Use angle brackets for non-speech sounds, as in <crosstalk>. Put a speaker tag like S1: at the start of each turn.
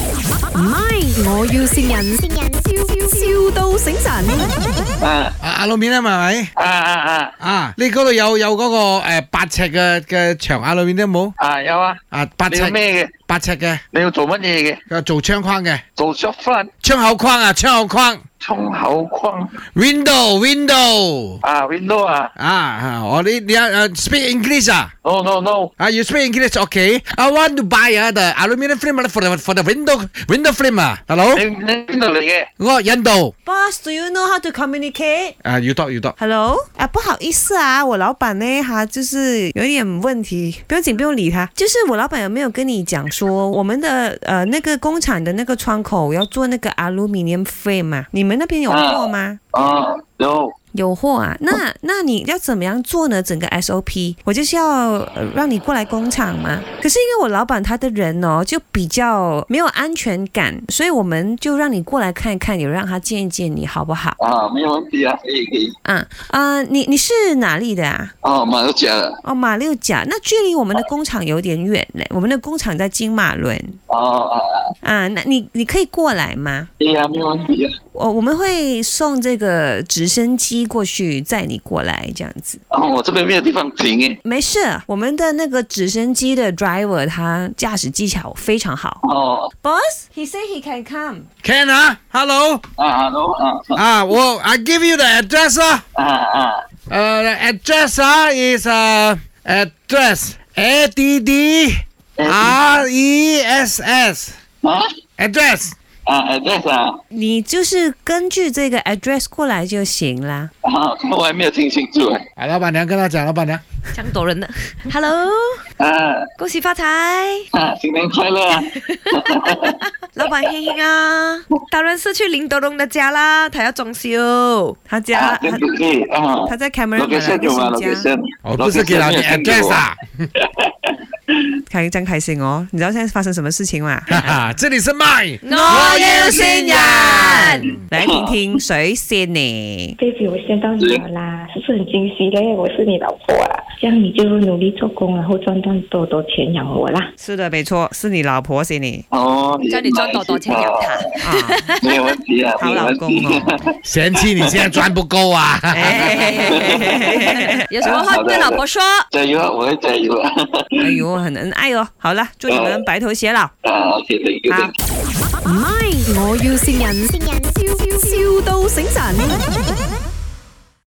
S1: 唔係，我要善人，笑笑到醒神。
S2: 啊
S3: 啊阿老面啊嘛係咪？
S2: 啊啊啊
S3: 啊，你嗰度有有嗰、個呃八尺嘅嘅牆阿老面都冇？
S2: 啊有啊！
S3: 啊八
S2: 你
S3: 尺
S2: 要咩嘅？
S3: 八尺嘅，
S2: 你要做乜嘢嘅？
S3: 又做窗框嘅，
S2: 做 shop front
S3: 窗口框啊窗口框
S2: 窗口框
S3: ，window window
S2: 啊 À, window 啊
S3: 啊啊，我呢你啊啊 speak English 啊？
S2: ，no no no，
S3: 啊，you speak English okay? I want to buy 啊 the aluminium frame for the for the window window frame 啊，大佬，
S2: 你你邊度嚟嘅？
S3: 我印度
S4: Boss, do you know how to communicate?
S3: 啊要多要多。
S4: Hello，啊，不好意思啊，我老板呢，他就是有一点问题，不用紧，不用理他。就是我老板有没有跟你讲说，我们的呃那个工厂的那个窗口要做那个 aluminium frame 嘛、你们那边有货吗？
S2: 啊有
S4: 有货啊，那那你要怎么样做呢？整个 SOP，我就是要、呃、让你过来工厂嘛。可是因为我老板他的人哦，就比较没有安全感，所以我们就让你过来看一看，也让他见一见你好不好？
S2: 啊，没有问题啊，可以可以
S4: 啊啊、呃你你是哪里的啊？
S2: 啊，马上讲了
S4: 哦，马六甲，那距离我们的工厂有点远嘞。我们的工厂在金马伦
S2: 啊啊，
S4: 啊，那你你可以过来吗？哦
S2: 哎呀，没有问题啊，
S4: 我我们会送这个直升机过去载你过来，这样子。
S2: 啊，我这边没有地方停诶，
S4: 没事，我们的那个直升机的 driver 他驾驶技巧非常好。
S2: 哦
S4: Boss，he say he can come。
S3: Can 啊，Hello
S2: 啊，no 啊
S3: 啊，我 I give you the address 啊，
S2: 啊啊
S3: 呃 Uh, address 啊 is 啊 address A D D R E S S
S2: 啊
S3: address
S2: 啊，address 啊，
S4: 你就是根据这个 address 过来就行啦。
S2: 啊，我还没有听清楚诶，
S3: Ah, 啊，老板娘跟他讲，老板娘
S5: 抢夺人的 <laughs> ，Hello，
S2: 啊
S5: 恭喜发财，
S2: 啊，新年快乐 <laughs> 啊！
S4: <laughs>
S5: 老板兴兴啊！当然是去林德龙的家啦，他要装修。
S4: 他家
S2: 啊，对
S4: 他
S2: 对对啊，
S4: 他在 Cameron 买
S2: location
S4: 了
S2: 有吗
S4: 个新家。
S2: ？location，
S3: 我哦不是给老你 address 啊，
S4: 开真开心哦！你知道现在发生什么事情吗？
S3: 哈 <laughs> 哈，这里是麦，
S5: 我要先人。
S4: 来听听谁先呢？
S6: 对不起，我先到你了啦，是不是很惊喜嘞？我是你老婆啊，这样你就努力做工，然后赚到多多钱养我啦。
S4: 是的，没错，是你老婆先呢。
S2: 哦，
S5: 叫你赚多多钱养他，
S4: 啊，
S2: 没有问题
S3: <laughs>
S2: 啊，
S4: 好
S2: 没有
S4: 老
S2: 问
S4: 公
S2: 题。 <laughs>
S4: 哦。
S3: 嫌弃你现在赚不够啊。 <laughs>
S4: 哎
S5: <laughs> 有什么话对老婆说？
S2: 加油啊，我会加油 <laughs> 啊！
S4: 哎呦，很恩爱哦。好了，祝你们白头偕老。
S2: 啊，OK，thank you，thank you。
S1: 唔係，我要善人，笑笑到醒神。